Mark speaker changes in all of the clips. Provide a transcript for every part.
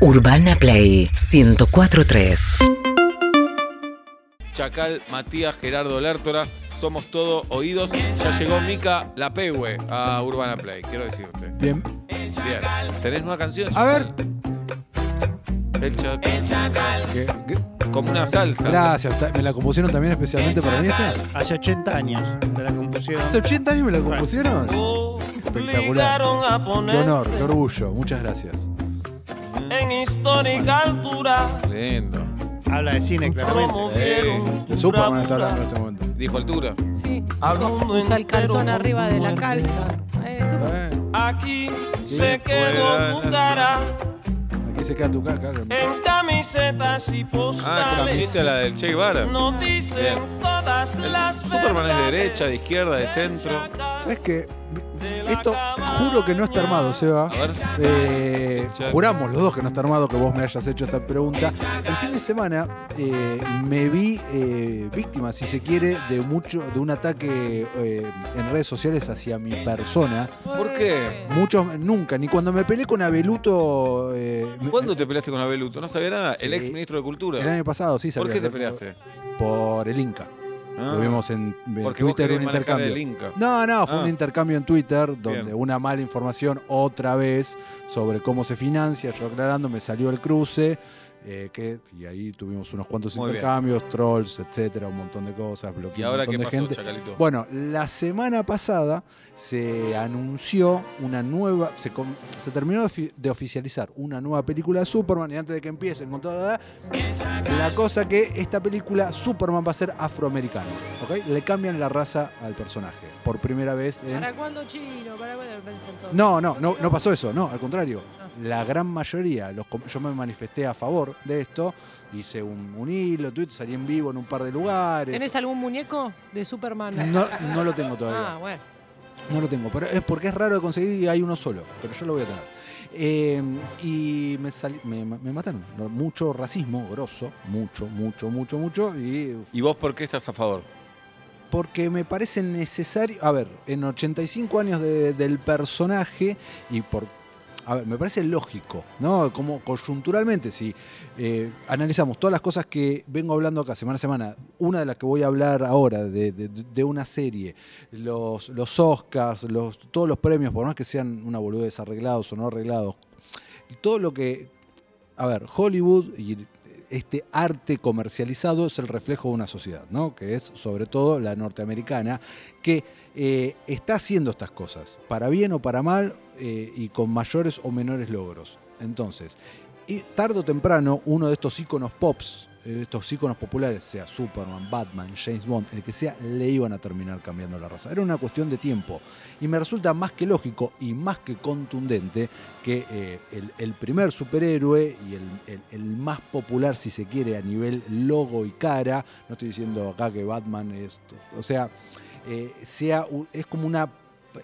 Speaker 1: Urbana Play 1043.
Speaker 2: Chacal, Matías, Gerardo Lertora, somos todo oídos. Ya llegó Mica La Pehue a Urbana Play, quiero decirte.
Speaker 3: Bien.
Speaker 2: Bien. ¿Tenés nueva canción?
Speaker 3: A ver.
Speaker 2: El Chacal.
Speaker 3: Que- que-
Speaker 2: Como una salsa.
Speaker 3: gracias. ta- Me la compusieron también especialmente para mí esta.
Speaker 4: Hace 80 años de la compusieron.
Speaker 3: Hace 80 años me la compusieron. Espectacular. Qué honor, qué orgullo. Muchas gracias.
Speaker 5: En histórica altura,
Speaker 2: Lindo.
Speaker 4: Habla de cine,
Speaker 5: como
Speaker 4: claramente.
Speaker 5: vieron
Speaker 3: Eh, De Supa van a estar hablando en este momento.
Speaker 2: Dijo altura.
Speaker 6: Sí,
Speaker 5: Al mundo
Speaker 6: usa el
Speaker 5: entero
Speaker 6: calzón
Speaker 5: con
Speaker 6: arriba de la
Speaker 5: muerte.
Speaker 6: calza. Eh, súper.
Speaker 3: Eh,
Speaker 5: Aquí
Speaker 2: puede
Speaker 5: se quedó
Speaker 2: dar-
Speaker 5: tu cara
Speaker 3: aquí se queda tu cara. claro.
Speaker 5: en camisetas y
Speaker 2: Ah, es con la
Speaker 5: postales.
Speaker 2: camiseta la del Che Guevara.
Speaker 5: Nos dicen todas
Speaker 2: El
Speaker 5: las
Speaker 2: Superman es de
Speaker 5: verdades.
Speaker 2: derecha, de izquierda, de centro.
Speaker 3: ¿Sabes qué? Esto juro que no está armado, Seba.
Speaker 2: A ver.
Speaker 3: Eh, juramos los dos que no está armado que vos me hayas hecho esta pregunta. El fin de semana eh, me vi eh, víctima, si se quiere, de mucho, de un ataque eh, en redes sociales hacia mi persona.
Speaker 2: ¿Por qué?
Speaker 3: Muchos nunca, ni cuando me peleé con Abeluto. eh, me-
Speaker 2: ¿Cuándo te peleaste con Abeluto? No sabía nada. El
Speaker 3: Sí.
Speaker 2: ex ministro de
Speaker 3: El
Speaker 2: Cultura.
Speaker 3: año pasado, sí,
Speaker 2: ¿Por
Speaker 3: sabía.
Speaker 2: qué te peleaste?
Speaker 3: Por el Inca.
Speaker 2: Ah,
Speaker 3: Lo vimos en, en
Speaker 2: Porque vos
Speaker 3: Twitter
Speaker 2: querés
Speaker 3: un
Speaker 2: manejar
Speaker 3: intercambio.
Speaker 2: el Inca.
Speaker 3: No, no, fue
Speaker 2: Ah.
Speaker 3: un intercambio en Twitter donde
Speaker 2: Bien.
Speaker 3: una mala información otra vez sobre cómo se financia, yo aclarando, me salió el cruce, eh, que, y ahí tuvimos unos cuantos
Speaker 2: Muy bien.
Speaker 3: intercambios, trolls, etcétera, un montón de cosas, bloqueé
Speaker 2: ¿Y ahora
Speaker 3: un montón
Speaker 2: qué
Speaker 3: de
Speaker 2: pasó,
Speaker 3: gente.
Speaker 2: Chacalito?
Speaker 3: Bueno, la semana pasada se anunció una nueva, se, com- se terminó de, ofi- de oficializar una nueva película de Superman y antes de que empiecen con toda la, la cosa que esta película Superman va a ser afroamericano, ¿ok? Le cambian la raza al personaje por primera vez en...
Speaker 6: ¿Para cuándo chino? ¿Para cuándo pensan todos?
Speaker 3: No, no, no, no pasó eso, no, al contrario. La gran mayoría, los com- yo me manifesté a favor de esto, hice un, un hilo, tweet, salí en vivo en un par de lugares.
Speaker 6: ¿Tenés algún muñeco de Superman?
Speaker 3: No, no lo tengo todavía.
Speaker 6: Ah, bueno.
Speaker 3: No lo tengo, pero es porque es raro de conseguir y hay uno solo, pero yo lo voy a tener. Eh, y me, sali- me, me mataron. No, Mucho racismo, grosso, mucho, mucho, mucho, mucho. Y
Speaker 2: ¿Y vos por qué estás a favor?
Speaker 3: porque me parece necesario. A ver, en 85 años de- del personaje y por. A ver, me parece lógico, ¿no? Como coyunturalmente, si eh, analizamos todas las cosas que vengo hablando acá semana a semana, una de las que voy a hablar ahora, de, de- de una serie, los, los Oscars, los, todos los premios, por más que sean una boludez arreglados o no arreglados, todo lo que. A ver, Hollywood y este arte comercializado es el reflejo de una sociedad, ¿no? Que es sobre todo la norteamericana, que eh, está haciendo estas cosas, para bien o para mal, eh, y con mayores o menores logros. Entonces, y tarde o temprano, uno de estos íconos pops, eh, estos íconos populares, sea Superman, Batman, James Bond, el que sea, le iban a terminar cambiando la raza. Era una cuestión de tiempo. Y me resulta más que lógico y más que contundente que eh, el, el primer superhéroe y el, el- el más popular, si se quiere, a nivel logo y cara, no estoy diciendo acá que Batman es, o sea, eh, sea, u- es como una,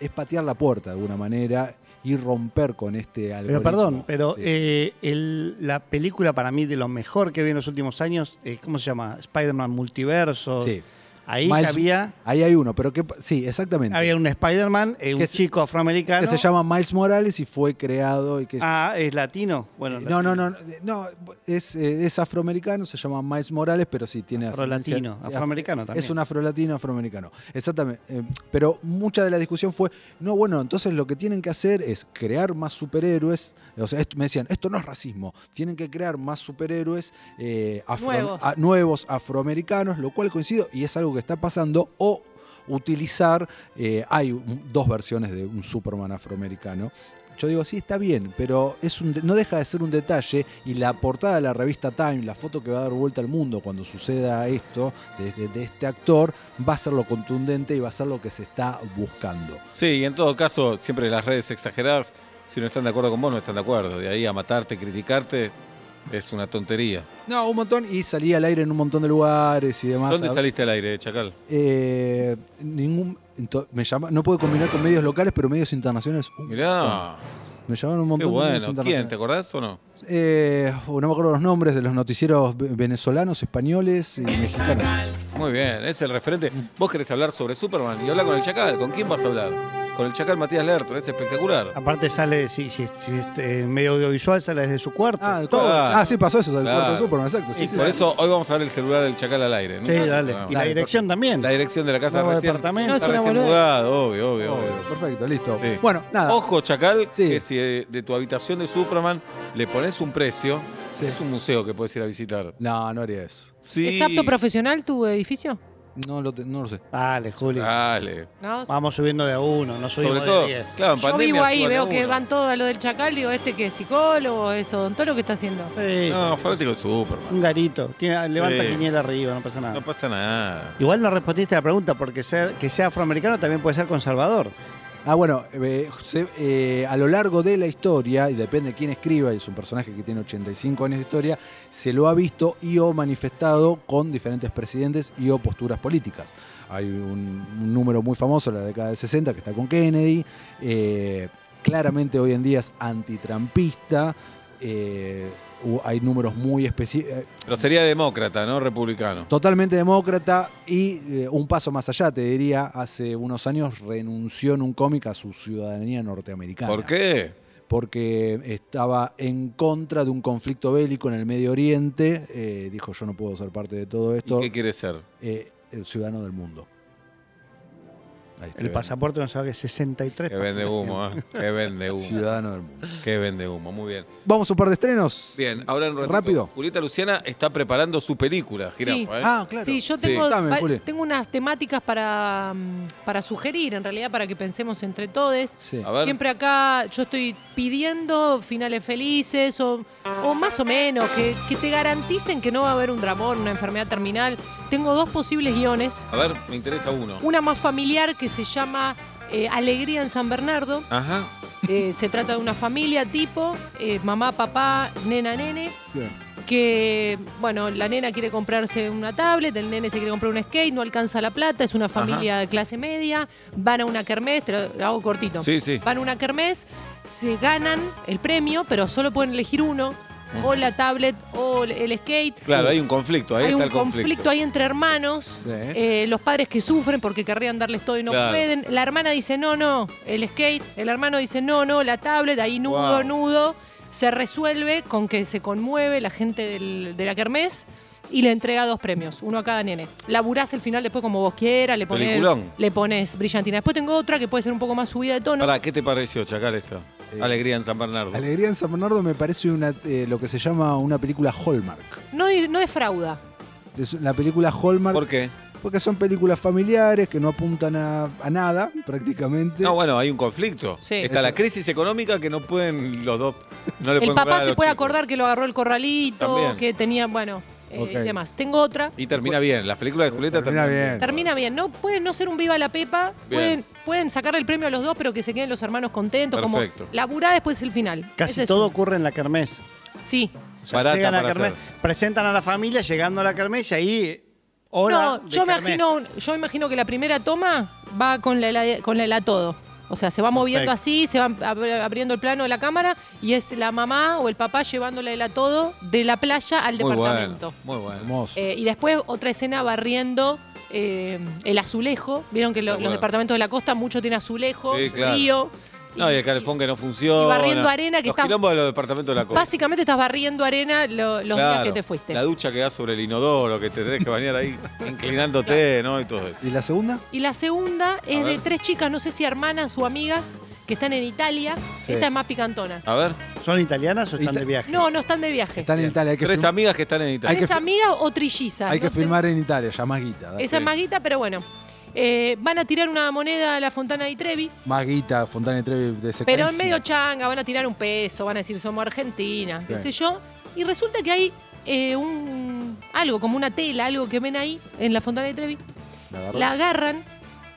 Speaker 3: es patear la puerta de alguna manera y romper con este algoritmo.
Speaker 4: Pero perdón, pero
Speaker 3: Sí.
Speaker 4: eh, el- la película para mí de lo mejor que vi en los últimos años, eh, ¿cómo se llama? Spider-Man Multiverso.
Speaker 3: Sí.
Speaker 4: Ahí
Speaker 3: Miles-
Speaker 4: ya había,
Speaker 3: Ahí hay uno, pero que, sí, exactamente.
Speaker 4: había un Spider-Man, eh, un
Speaker 3: Que se-
Speaker 4: chico afroamericano.
Speaker 3: que se llama Miles Morales y fue creado y que
Speaker 4: Ah, ¿es latino? Bueno,
Speaker 3: no, no, no, no, no, es, eh, es afroamericano, se llama Miles Morales, pero sí tiene ascendencia-
Speaker 4: Afrolatino,
Speaker 3: sí, af-
Speaker 4: afroamericano también.
Speaker 3: Es un afrolatino, afroamericano. Exactamente. eh, pero mucha de la discusión fue, no, bueno, entonces lo que tienen que hacer es crear más superhéroes. O sea, esto- me decían, esto no es racismo, tienen que crear más superhéroes eh, afro-
Speaker 6: Nuevos.
Speaker 3: a- nuevos afroamericanos, lo cual coincido y es algo que está pasando o utilizar, eh, hay un- dos versiones de un Superman afroamericano. Yo digo, sí, está bien, pero es un de- no deja de ser un detalle y la portada de la revista Time, la foto que va a dar vuelta al mundo cuando suceda esto, desde de este actor, va a ser lo contundente y va a ser lo que se está buscando.
Speaker 2: Sí, y en todo caso, siempre las redes exageradas, si no están de acuerdo con vos, no están de acuerdo. De ahí a matarte, criticarte, es una tontería.
Speaker 3: No, un montón, y salí al aire en un montón de lugares y demás.
Speaker 2: ¿Dónde
Speaker 3: A-
Speaker 2: saliste al aire, Chacal?
Speaker 3: Eh, ningún ento- me llama, no puedo combinar con medios locales, pero medios internacionales. un montón.
Speaker 2: Mirá,
Speaker 3: Me llamaron un
Speaker 2: qué
Speaker 3: montón de medios
Speaker 2: bueno. ¿Quién? ¿Te
Speaker 3: internacionales.
Speaker 2: acordás o no?
Speaker 3: Eh, no me acuerdo los nombres de los noticieros ve- venezolanos, españoles y mexicanos.
Speaker 2: Muy bien, es el referente. Vos querés hablar sobre Superman y hablar con el Chacal. ¿Con quién vas a hablar? Con el Chacal Matías Lertor, es espectacular.
Speaker 4: Aparte sale, si, si, si este, en medio audiovisual sale desde su cuarto.
Speaker 3: Ah, del
Speaker 2: Claro.
Speaker 3: cuarto. Ah, sí, pasó eso del
Speaker 2: Claro.
Speaker 3: cuarto de Superman, exacto. Sí,
Speaker 4: Y
Speaker 3: sí,
Speaker 2: Por
Speaker 3: sí.
Speaker 2: eso hoy vamos a ver el celular del Chacal al aire.
Speaker 4: sí,
Speaker 2: Nunca-
Speaker 4: dale.
Speaker 2: no. Ah.
Speaker 4: Y la
Speaker 3: Dale,
Speaker 4: dirección también.
Speaker 2: La dirección de la casa
Speaker 4: Nuevo
Speaker 2: recién,
Speaker 4: departamento.
Speaker 2: está
Speaker 6: No, es una
Speaker 2: recién
Speaker 6: boludez.
Speaker 2: mudada, obvio, obvio, obvio.
Speaker 3: Obvio, perfecto, listo.
Speaker 2: Sí.
Speaker 3: Bueno, nada.
Speaker 2: Ojo, Chacal,
Speaker 3: Ah. Sí.
Speaker 2: que si de, de tu habitación de Superman le pones un precio,
Speaker 3: Sí.
Speaker 2: es un museo que puedes ir a visitar.
Speaker 3: No, no haría eso.
Speaker 2: Sí.
Speaker 6: ¿Es apto profesional tu edificio?
Speaker 3: No lo, te- no lo sé.
Speaker 4: Dale, Julio.
Speaker 3: Ah.
Speaker 2: Dale.
Speaker 6: No.
Speaker 4: Vamos subiendo de a uno, no subimos
Speaker 2: Sobre todo,
Speaker 4: de diez.
Speaker 2: claro, en
Speaker 6: Yo
Speaker 2: pandemia
Speaker 6: vivo ahí,
Speaker 2: suban
Speaker 6: veo
Speaker 2: a
Speaker 6: que
Speaker 2: uno.
Speaker 6: van todos a lo del chacal, digo, este que es psicólogo, es odontólogo, ¿qué está haciendo?
Speaker 4: Sí,
Speaker 2: No, fanático de Superman.
Speaker 4: Un garito. Tiene- levanta
Speaker 2: Sí.
Speaker 4: quiniela arriba, no pasa nada.
Speaker 2: No pasa nada.
Speaker 4: Igual no respondiste a la pregunta, porque ser, que sea afroamericano también puede ser conservador.
Speaker 3: Ah, bueno, eh, se- eh, a lo largo de la historia, y depende de quién escriba, y es un personaje que tiene 85 años de historia, se lo ha visto y o manifestado con diferentes presidentes y o posturas políticas. Hay un, un número muy famoso, la década del 60, que está con Kennedy. eh, claramente hoy en día es antitrampista. eh, hu- hay números muy eh, específicos.
Speaker 2: Pero sería demócrata, no republicano.
Speaker 3: Totalmente demócrata y eh, un paso más allá, te diría, hace unos años renunció en un cómic a su ciudadanía norteamericana.
Speaker 2: ¿Por qué?
Speaker 3: Porque estaba en contra de un conflicto bélico en el Medio Oriente. eh, dijo, yo no puedo ser parte de todo
Speaker 2: ¿Y
Speaker 3: esto.
Speaker 2: qué quiere ser?
Speaker 3: eh, el ciudadano del mundo. Ahí está.
Speaker 4: El pasaporte no se va que es 63.
Speaker 2: Que vende humo, ¿eh? Que vende humo.
Speaker 3: Ciudadano del mundo.
Speaker 2: Que vende humo, muy bien.
Speaker 3: Vamos a un par de estrenos.
Speaker 2: Bien, ahora en ratito,
Speaker 3: Rápido.
Speaker 2: Julieta Luciana está preparando su película,
Speaker 6: Sí.
Speaker 2: Jirafa, ¿eh?
Speaker 3: Ah, claro.
Speaker 6: Sí, yo
Speaker 2: Sí.
Speaker 6: tengo,
Speaker 3: Contame,
Speaker 6: va-
Speaker 3: Juli.
Speaker 6: tengo unas temáticas para, mm, para sugerir, en realidad, para que pensemos entre todos.
Speaker 3: Sí.
Speaker 2: A ver.
Speaker 6: Siempre acá yo estoy pidiendo finales felices o, o más o menos, que, que te garanticen que no va a haber un dramón, una enfermedad terminal. Tengo dos posibles guiones.
Speaker 2: A ver, me interesa uno.
Speaker 6: Una más familiar que se llama eh, Alegría en San Bernardo.
Speaker 2: Ajá.
Speaker 6: Eh, se trata de una familia tipo, eh, mamá, papá, nena, nene,
Speaker 3: Sí.
Speaker 6: que, bueno, la nena quiere comprarse una tablet, el nene se quiere comprar un skate, no alcanza la plata, es una familia de clase media, van a una kermés, te lo, lo hago cortito.
Speaker 2: Sí, sí.
Speaker 6: Van a una kermés, se ganan el premio, pero solo pueden elegir uno, o la tablet o el skate.
Speaker 2: Mm. Claro, hay un conflicto, ahí
Speaker 6: Hay
Speaker 2: está
Speaker 6: un
Speaker 2: el conflicto.
Speaker 6: ahí entre hermanos,
Speaker 3: Sí.
Speaker 6: eh, los padres que sufren porque querrían darles todo y no
Speaker 2: Claro.
Speaker 6: pueden. La hermana dice, no, no, el skate. El hermano dice, no, no, la tablet, ahí nudo,
Speaker 2: Wow.
Speaker 6: nudo. Se resuelve con que se conmueve la gente del- de la kermés y le entrega dos premios, uno a cada nene. Laburás el final después como vos quieras, le pones,
Speaker 2: Peliculón.
Speaker 6: le pones brillantina. Después tengo otra que puede ser un poco más subida de tono.
Speaker 2: Pará, ¿qué te pareció, Chacal, esto?
Speaker 3: Eh,
Speaker 2: Alegría en San Bernardo.
Speaker 3: Alegría en San Bernardo me parece una, eh, lo que se llama una película Hallmark.
Speaker 6: No, di- no defrauda.
Speaker 3: Es la película Hallmark
Speaker 2: ¿Por qué?
Speaker 3: porque son películas familiares que no apuntan a, a nada prácticamente.
Speaker 2: No, bueno, hay un conflicto.
Speaker 6: Sí.
Speaker 2: Está
Speaker 3: Eso.
Speaker 2: la crisis económica que no pueden los dos. No le
Speaker 6: El
Speaker 2: pueden comprar
Speaker 6: papá
Speaker 2: a
Speaker 6: se
Speaker 2: los
Speaker 6: puede
Speaker 2: chicos.
Speaker 6: acordar que lo agarró el corralito,
Speaker 2: También.
Speaker 6: que tenía, bueno, eh,
Speaker 3: Ok.
Speaker 6: y demás. Tengo otra.
Speaker 2: Y termina bien. Las películas de Julieta
Speaker 3: Termina
Speaker 2: terminan
Speaker 3: bien.
Speaker 6: Termina bien, no pueden no ser un viva la pepa,
Speaker 2: Bien.
Speaker 6: pueden, pueden sacar el premio a los dos, pero que se queden los hermanos contentos,
Speaker 2: Perfecto.
Speaker 6: como laburá después el final.
Speaker 4: Casi
Speaker 6: Ese es
Speaker 4: todo
Speaker 6: un-
Speaker 4: ocurre en la kermés.
Speaker 6: Sí.
Speaker 4: O sea,
Speaker 2: Barata
Speaker 4: llegan a
Speaker 2: para
Speaker 4: la kermés, presentan a la familia llegando a la kermés y ahí hora
Speaker 6: No,
Speaker 4: de
Speaker 6: yo me
Speaker 4: kermés.
Speaker 6: imagino, un- yo imagino que la primera toma va con la helade- con la hela todo. O sea, se va moviendo
Speaker 4: Perfecto.
Speaker 6: así, se va ab- abriendo el plano de la cámara y es la mamá o el papá llevando la hela todo de la playa al
Speaker 2: Muy
Speaker 6: departamento.
Speaker 2: bueno. Muy bueno.
Speaker 3: Hermoso.
Speaker 6: Eh, y después otra escena barriendo eh, el azulejo. Vieron que lo-
Speaker 2: Bueno.
Speaker 6: los departamentos de la costa mucho tiene azulejo,
Speaker 2: Sí, claro.
Speaker 6: frío.
Speaker 2: No, y el
Speaker 6: y-
Speaker 2: calefón que no funciona.
Speaker 6: y barriendo arena que
Speaker 2: los
Speaker 6: está-
Speaker 2: quilombos de los departamentos de la costa.
Speaker 6: Básicamente estás barriendo arena lo- los días
Speaker 2: Claro.
Speaker 6: que te fuiste.
Speaker 2: La ducha que da sobre el inodoro, que te tenés que bañar ahí inclinándote, ¿no? Y todo eso.
Speaker 3: ¿Y la segunda?
Speaker 6: Y la segunda es de
Speaker 2: ver.
Speaker 6: tres chicas, no sé si hermanas o amigas, que están en Italia.
Speaker 3: Sí.
Speaker 6: Esta es más picantona.
Speaker 2: A ver,
Speaker 4: ¿Son italianas o están
Speaker 3: Ita-
Speaker 4: de viaje?
Speaker 6: No, no están de viaje.
Speaker 3: Están en
Speaker 4: Bien.
Speaker 3: Italia. Hay que,
Speaker 2: tres
Speaker 3: fil-
Speaker 2: amigas que están en
Speaker 3: hay
Speaker 2: Italia.
Speaker 6: ¿Tres
Speaker 3: que fi-
Speaker 6: amigas o trillizas?
Speaker 3: hay que
Speaker 6: no te-
Speaker 3: filmar en Italia, ya más guita. ¿eh? dale.
Speaker 6: Esa es
Speaker 2: Sí.
Speaker 6: más guita, pero bueno. Eh, van a tirar una moneda a la Fontana di Trevi,
Speaker 3: Más guita, Fontana y Trevi de secuencia.
Speaker 6: pero en medio changa, van a tirar un peso, van a decir somos Argentina, qué
Speaker 3: Sí.
Speaker 6: sé yo. Y resulta que hay eh, un algo, como una tela, algo que ven ahí en la Fontana di Trevi,
Speaker 3: La agarró.
Speaker 6: La agarran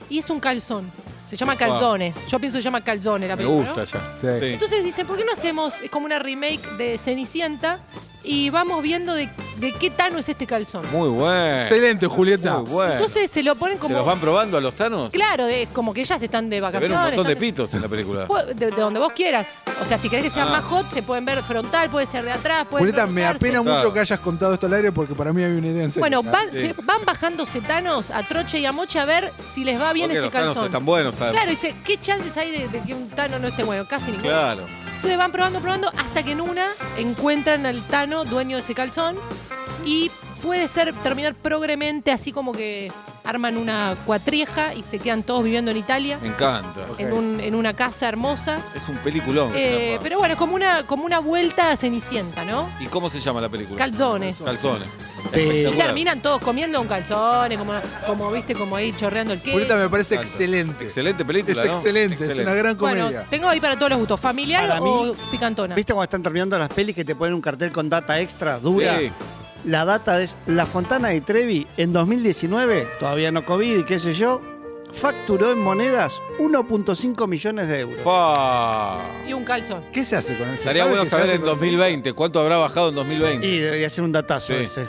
Speaker 6: y es un calzón. Se llama calzone. Yo pienso que se llama calzone la
Speaker 2: Me
Speaker 6: película.
Speaker 2: gusta
Speaker 6: ¿no?
Speaker 2: ya.
Speaker 3: Sí.
Speaker 2: Sí.
Speaker 6: Entonces dicen, ¿por qué no hacemos es como una remake de Cenicienta y vamos viendo de de qué tano es este calzón.
Speaker 2: Muy bueno.
Speaker 3: Excelente, Julieta.
Speaker 2: Muy bueno.
Speaker 6: Entonces se lo ponen
Speaker 2: ¿Se los
Speaker 6: como.
Speaker 2: van probando a los tanos?
Speaker 6: Claro, es como que ellas están de
Speaker 2: Se ven
Speaker 6: vacaciones.
Speaker 2: un montón de
Speaker 6: están
Speaker 2: pitos en la película.
Speaker 6: Pu- De, de donde vos quieras. O sea, si querés que sean
Speaker 2: Ah.
Speaker 6: más hot, se pueden ver frontal, puede ser de atrás, puede
Speaker 3: Julieta, me apena
Speaker 2: Claro.
Speaker 3: mucho que hayas contado esto al aire porque para mí había una idea en serio.
Speaker 6: Bueno, van,
Speaker 2: Sí.
Speaker 6: se- van bajando setanos a Troche y a Moche a ver si les va bien
Speaker 2: Porque
Speaker 6: ese
Speaker 2: los tanos
Speaker 6: calzón.
Speaker 2: están buenos, ¿sabes?
Speaker 6: Claro, dice, ¿qué chances hay de, de que un Tano no esté bueno? Casi ninguno.
Speaker 2: Claro.
Speaker 6: Entonces van probando, probando, hasta que en una encuentran al Tano, dueño de ese calzón, y puede ser terminar progremente, así como que arman una cuatrieja y se quedan todos viviendo en Italia,
Speaker 2: Me encanta.
Speaker 6: en, un- en una casa hermosa.
Speaker 2: Es un peliculón.
Speaker 6: Eh,
Speaker 2: Sinatra.
Speaker 6: pero bueno, es como una, como una vuelta a Cenicienta, ¿no?
Speaker 2: ¿Y cómo se llama la película?
Speaker 6: Calzones. Eh,
Speaker 2: Calzones.
Speaker 4: Eh,
Speaker 6: Y
Speaker 2: Espectacular.
Speaker 6: terminan todos comiendo un calzón, como, como viste, como ahí chorreando el
Speaker 3: Julieta
Speaker 6: queso.
Speaker 3: me parece
Speaker 2: Exacto.
Speaker 3: excelente.
Speaker 2: Excelente película.
Speaker 3: Es
Speaker 2: ¿no?
Speaker 3: excelente, es una gran
Speaker 6: Bueno,
Speaker 3: comedia.
Speaker 6: tengo ahí para todos los gustos, familiar
Speaker 4: Para
Speaker 6: o
Speaker 4: mí-
Speaker 6: picantona.
Speaker 4: ¿Viste cuando están terminando las pelis que te ponen un cartel con data extra, dura?
Speaker 2: Sí.
Speaker 4: La data es La Fontana de Trevi en 2019, todavía no COVID y qué sé yo, facturó en monedas 1.5 millones de euros.
Speaker 2: Pa.
Speaker 6: Y un calzón.
Speaker 3: ¿Qué se hace con eso?
Speaker 2: Estaría
Speaker 3: ¿Sabe
Speaker 2: bueno
Speaker 3: qué se hace
Speaker 2: saber en
Speaker 3: con eso?
Speaker 2: 2020 cuánto habrá bajado en 2020.
Speaker 4: Y debería ser un datazo
Speaker 2: Sí.
Speaker 4: ese.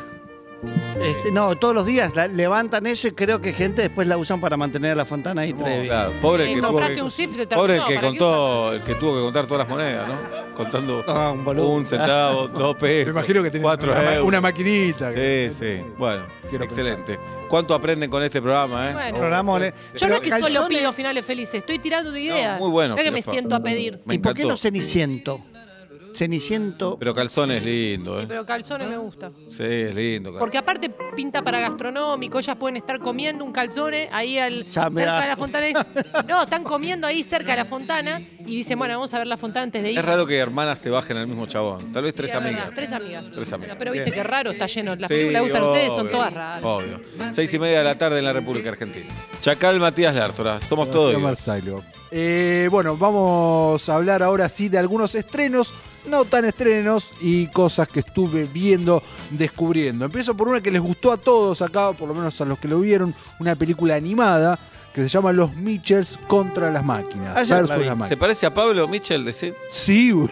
Speaker 4: Este, no, todos los días la- levantan eso y creo que gente después la usan para mantener a la Fontana de Trevi.
Speaker 2: Claro, pobre
Speaker 6: Y
Speaker 2: el que tuvo
Speaker 6: Eh, compraste
Speaker 2: que,
Speaker 6: un zip, se
Speaker 2: pobre el
Speaker 6: terminó,
Speaker 2: que
Speaker 6: ¿para qué
Speaker 2: contó, el que tuvo que contar todas las monedas, ¿no? Contando
Speaker 4: Ah, un boludo.
Speaker 2: centavo, dos pesos,
Speaker 3: Me imagino que tiene
Speaker 2: cuatro
Speaker 3: una, ma-
Speaker 2: euros.
Speaker 3: una maquinita.
Speaker 2: eh, Sí, sí. Bueno,
Speaker 3: Quiero
Speaker 2: excelente. ¿Cuánto aprenden con este programa, eh?
Speaker 6: Bueno.
Speaker 4: Programa, ¿eh?
Speaker 6: Yo no es que
Speaker 4: Pero
Speaker 6: solo
Speaker 4: calzones-
Speaker 6: pido finales felices, estoy tirando de
Speaker 2: No,
Speaker 6: ideas.
Speaker 2: muy bueno,
Speaker 6: Mirá que me
Speaker 2: Filofa.
Speaker 6: siento a pedir.
Speaker 2: Me
Speaker 4: ¿Y por qué
Speaker 2: encantó.
Speaker 4: no Ceniciento? Ceniciento.
Speaker 2: Pero calzones lindo, ¿eh?
Speaker 6: Pero calzones me gusta.
Speaker 2: Sí, es lindo.
Speaker 6: Porque aparte pinta para gastronómico, ellas pueden estar comiendo un calzone ahí al,
Speaker 4: Ya me
Speaker 6: cerca
Speaker 4: da
Speaker 6: de la
Speaker 4: asco.
Speaker 6: fontana. No, están comiendo ahí cerca de la fontana y dicen, bueno, vamos a ver la fontana antes de ir.
Speaker 2: Es raro que hermanas se bajen al mismo chabón. Tal vez tres
Speaker 6: Sí, es verdad,
Speaker 2: amigas.
Speaker 6: Tres amigas.
Speaker 2: Tres amigas.
Speaker 6: Bueno, pero viste
Speaker 2: Bien.
Speaker 6: qué raro está lleno. Las
Speaker 2: Sí,
Speaker 6: películas que gustan a ustedes son
Speaker 2: obvio,
Speaker 6: todas raras.
Speaker 2: Obvio. Seis y media de la tarde en la República Argentina. Chacal Matías Lártora. Somos todos.
Speaker 3: Omar Sailor. Eh, bueno, vamos a hablar ahora sí de algunos estrenos, no tan estrenos, y cosas que estuve viendo, descubriendo. Empiezo por una que les gustó a todos acá, por lo menos a los que lo vieron, una película animada que se llama Los Mitchells contra las máquinas.
Speaker 4: Ayer Ah, la
Speaker 3: versus
Speaker 4: vi.
Speaker 3: las máquinas.
Speaker 2: ¿Se parece a Pablo Mitchell? Decís?
Speaker 3: Sí, güey,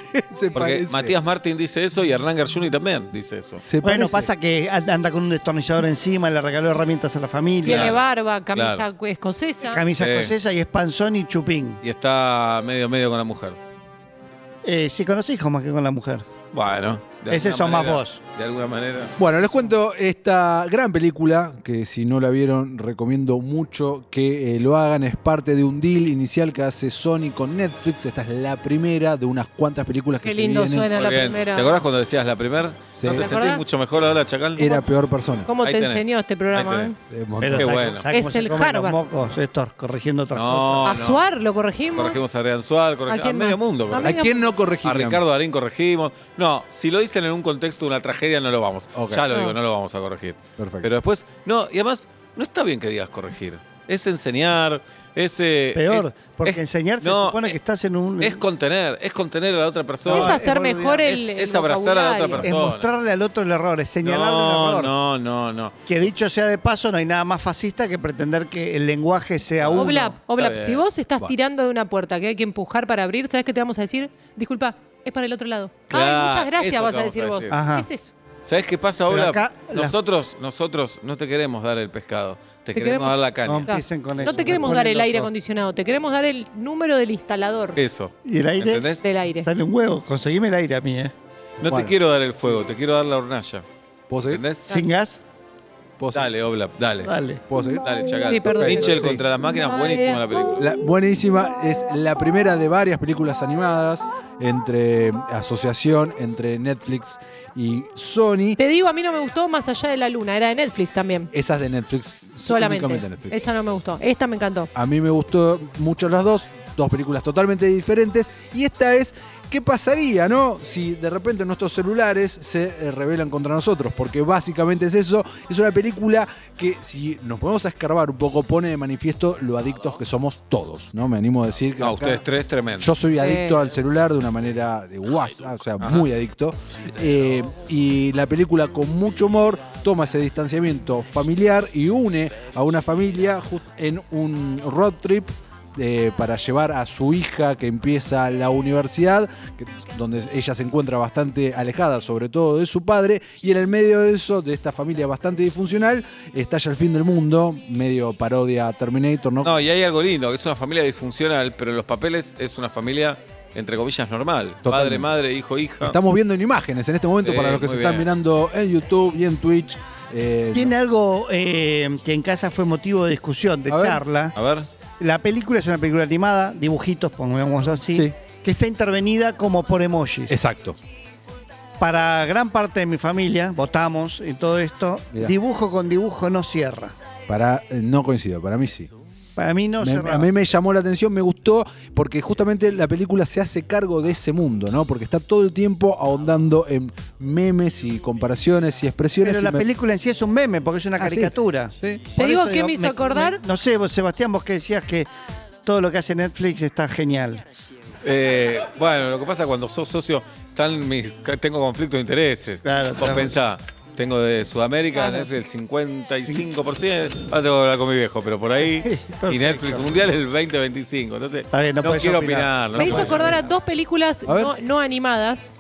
Speaker 2: Porque
Speaker 3: se parece.
Speaker 2: Matías Martín dice eso y Hernán Garjuni también dice eso.
Speaker 3: Se
Speaker 4: Bueno,
Speaker 3: parece.
Speaker 4: pasa que and- anda con un destornillador encima, le regaló herramientas a la familia,
Speaker 6: Tiene
Speaker 2: Claro,
Speaker 6: barba, camisa
Speaker 2: claro.
Speaker 6: escocesa.
Speaker 4: camisa
Speaker 2: Sí.
Speaker 4: escocesa y es panzón y chupín.
Speaker 2: Y está medio medio con la mujer.
Speaker 4: Eh, sí, con los hijos más que con la mujer.
Speaker 2: Bueno. de
Speaker 4: Ese
Speaker 2: alguna
Speaker 4: son más
Speaker 2: manera-
Speaker 4: vos.
Speaker 2: De alguna manera.
Speaker 3: Bueno, les cuento esta gran película, que si no la vieron recomiendo mucho que eh, lo hagan, es parte de un deal inicial que hace Sony con Netflix, esta es la primera de unas cuantas películas que
Speaker 6: Qué
Speaker 3: se
Speaker 6: lindo
Speaker 3: vienen.
Speaker 6: suena
Speaker 2: Muy
Speaker 6: la
Speaker 2: bien.
Speaker 6: primera.
Speaker 2: ¿Te acordás cuando decías la primera?
Speaker 3: Sí.
Speaker 2: ¿No
Speaker 3: ¿Te
Speaker 2: te sentís
Speaker 6: acordás?
Speaker 2: mucho mejor ahora, Chacal?
Speaker 3: Era peor persona.
Speaker 6: ¿Cómo
Speaker 2: Ahí
Speaker 6: te
Speaker 2: tenés.
Speaker 6: enseñó este
Speaker 2: Ahí
Speaker 6: programa?
Speaker 2: tenés.
Speaker 6: eh?
Speaker 3: Eh, montón.
Speaker 4: Pero
Speaker 2: Qué
Speaker 4: ¿sabe-
Speaker 2: bueno.
Speaker 4: sabe cómo
Speaker 6: Es
Speaker 4: se
Speaker 6: el
Speaker 4: comen los
Speaker 6: Harvard.
Speaker 4: mocos estos, corrigiendo otras
Speaker 2: No,
Speaker 6: A
Speaker 2: no.
Speaker 6: Suar lo corregimos.
Speaker 2: Corregimos a Adrián Suárez,
Speaker 6: ¿A
Speaker 2: corregimos a,
Speaker 6: quién
Speaker 2: medio
Speaker 6: más?
Speaker 2: mundo.
Speaker 6: A
Speaker 2: corregimos.
Speaker 3: ¿A quién no corregir?
Speaker 2: A Ricardo Darín corregimos. No, si lo dicen en un contexto de una tragedia, no lo vamos.
Speaker 3: Ok.
Speaker 2: Ya lo
Speaker 6: No.
Speaker 2: digo, no lo vamos a corregir.
Speaker 3: Perfecto.
Speaker 2: Pero después, no, y además, no está bien que digas corregir. Es enseñar, es. eh,
Speaker 4: Peor,
Speaker 2: es-
Speaker 4: porque
Speaker 2: es-
Speaker 4: enseñar se
Speaker 2: no,
Speaker 4: supone que
Speaker 2: es-
Speaker 4: estás en un...
Speaker 2: Es contener, es contener a la otra persona.
Speaker 6: Es hacer
Speaker 4: boludear.
Speaker 6: mejor el.
Speaker 2: Es-
Speaker 6: el
Speaker 2: es abrazar a la otra
Speaker 6: vocabulario.
Speaker 2: persona.
Speaker 4: es mostrarle al otro el error, es señalarle el
Speaker 2: no,
Speaker 4: error.
Speaker 2: no, no, no.
Speaker 4: Que dicho sea de paso, no hay nada más fascista que pretender que el lenguaje sea uno.
Speaker 6: Oblap, Oblap,
Speaker 2: bien.
Speaker 6: si vos estás
Speaker 2: Bueno.
Speaker 6: tirando de una puerta que hay que empujar para abrir, ¿sabes qué te vamos a decir? Disculpa, es para el otro lado.
Speaker 2: Claro,
Speaker 6: Ay, muchas
Speaker 2: eso
Speaker 6: gracias, vas
Speaker 2: te
Speaker 6: a
Speaker 2: vamos
Speaker 6: decir
Speaker 2: a
Speaker 6: vos.
Speaker 2: decir.
Speaker 4: Ajá.
Speaker 6: ¿Qué es eso?
Speaker 2: ¿Sabes qué pasa
Speaker 4: Pero
Speaker 2: ahora?
Speaker 4: acá la-
Speaker 2: nosotros, nosotros no te queremos dar el pescado, te,
Speaker 6: Te
Speaker 2: queremos,
Speaker 6: queremos-
Speaker 2: dar la caña.
Speaker 4: No empiecen con eso,
Speaker 6: No te queremos
Speaker 4: ponen
Speaker 6: dar el
Speaker 4: los
Speaker 6: aire
Speaker 4: dos.
Speaker 6: acondicionado, te queremos dar el número del instalador
Speaker 2: Eso.
Speaker 4: Y el aire
Speaker 2: ¿Entendés?
Speaker 6: del aire.
Speaker 4: sale un huevo. Conseguime el aire a mí, ¿eh?
Speaker 2: No te
Speaker 3: Bueno.
Speaker 2: quiero dar el fuego, te quiero dar la hornalla.
Speaker 3: ¿Puedo seguir?
Speaker 2: ¿Entendés?
Speaker 4: Sin gas,
Speaker 3: ¿Puedo seguir?
Speaker 2: Dale, Oblap, dale.
Speaker 4: dale.
Speaker 3: ¿Puedo seguir?
Speaker 2: Dale, chacal.
Speaker 6: Sí, perdón.
Speaker 2: Mitchell
Speaker 6: Sí.
Speaker 2: contra las máquinas, buenísima la película.
Speaker 3: La- buenísima, es la primera de varias películas animadas entre asociación entre Netflix y Sony.
Speaker 6: Te digo, a mí no me gustó Más allá de la luna, era de Netflix también.
Speaker 3: Esas de Netflix.
Speaker 6: Solamente.
Speaker 3: únicamente Netflix.
Speaker 6: Esa no me gustó. Esta me encantó.
Speaker 3: A mí me gustó mucho las dos, dos películas totalmente diferentes. Y esta es, ¿qué pasaría, no? Si de repente nuestros celulares se eh, rebelan contra nosotros, porque básicamente es eso. Es una película que, si nos ponemos a escarbar un poco, pone de manifiesto lo adictos que somos todos, ¿no? Me animo a decir que.
Speaker 2: No,
Speaker 3: acá-
Speaker 2: ustedes tres, tremendo.
Speaker 3: yo soy
Speaker 6: Sí.
Speaker 3: adicto al celular de una manera de guasa, o sea, muy adicto. Eh, y la película con mucho humor toma ese distanciamiento familiar y une a una familia just- en un road trip eh, para llevar a su hija que empieza la universidad, que- donde ella se encuentra bastante alejada, sobre todo de su padre, y en el medio de eso, de esta familia bastante disfuncional, estalla el fin del mundo, medio parodia a Terminator, ¿no?
Speaker 2: No, y hay algo lindo, que es una familia disfuncional, pero en los papeles es una familia, entre comillas, normal. Padre, madre, hijo, hija.
Speaker 3: Estamos viendo en imágenes en este momento
Speaker 2: Sí,
Speaker 3: para los que
Speaker 2: muy
Speaker 3: se están
Speaker 2: bien.
Speaker 3: mirando en YouTube y en Twitch. eh,
Speaker 4: Tiene algo eh, que en casa fue motivo de discusión, de
Speaker 3: A ver.
Speaker 4: charla.
Speaker 2: A ver,
Speaker 4: La película es una película animada, dibujitos, pongamos así,
Speaker 3: Sí.
Speaker 4: que está intervenida como por emojis.
Speaker 3: Exacto.
Speaker 4: Para gran parte de mi familia, votamos y todo esto,
Speaker 3: Mirá.
Speaker 4: dibujo con dibujo no cierra.
Speaker 3: Para, eh, no coincido, para mí sí.
Speaker 4: Para mí no
Speaker 3: Me-
Speaker 4: cierra.
Speaker 3: a mí me llamó la atención, me gustó, porque justamente la película se hace cargo de ese mundo, ¿no? Porque está todo el tiempo ahondando en memes y comparaciones y expresiones.
Speaker 4: Pero
Speaker 3: y
Speaker 4: la
Speaker 3: me-
Speaker 4: película en sí es un meme, porque es una
Speaker 3: Ah, sí.
Speaker 4: caricatura.
Speaker 3: Sí.
Speaker 6: Te
Speaker 4: Por
Speaker 6: digo
Speaker 4: eso
Speaker 6: que me hizo acordar.
Speaker 4: no sé, vos, Sebastián, vos que decías que todo lo que hace Netflix está genial.
Speaker 2: eh, bueno, lo que pasa cuando sos socio, están mis, tengo conflictos de intereses.
Speaker 4: Claro,
Speaker 2: Vos
Speaker 4: claro.
Speaker 2: pensá, tengo de Sudamérica,
Speaker 6: Claro.
Speaker 2: Netflix el 55%, ahora tengo que hablar con mi viejo, pero por ahí, y Netflix mundial es el 20-25, entonces
Speaker 4: Está bien, no podés
Speaker 2: quiero
Speaker 4: opinar.
Speaker 2: opinar.
Speaker 6: Me hizo
Speaker 2: puedo.
Speaker 6: acordar a dos películas
Speaker 3: A ver.
Speaker 6: no, no animadas.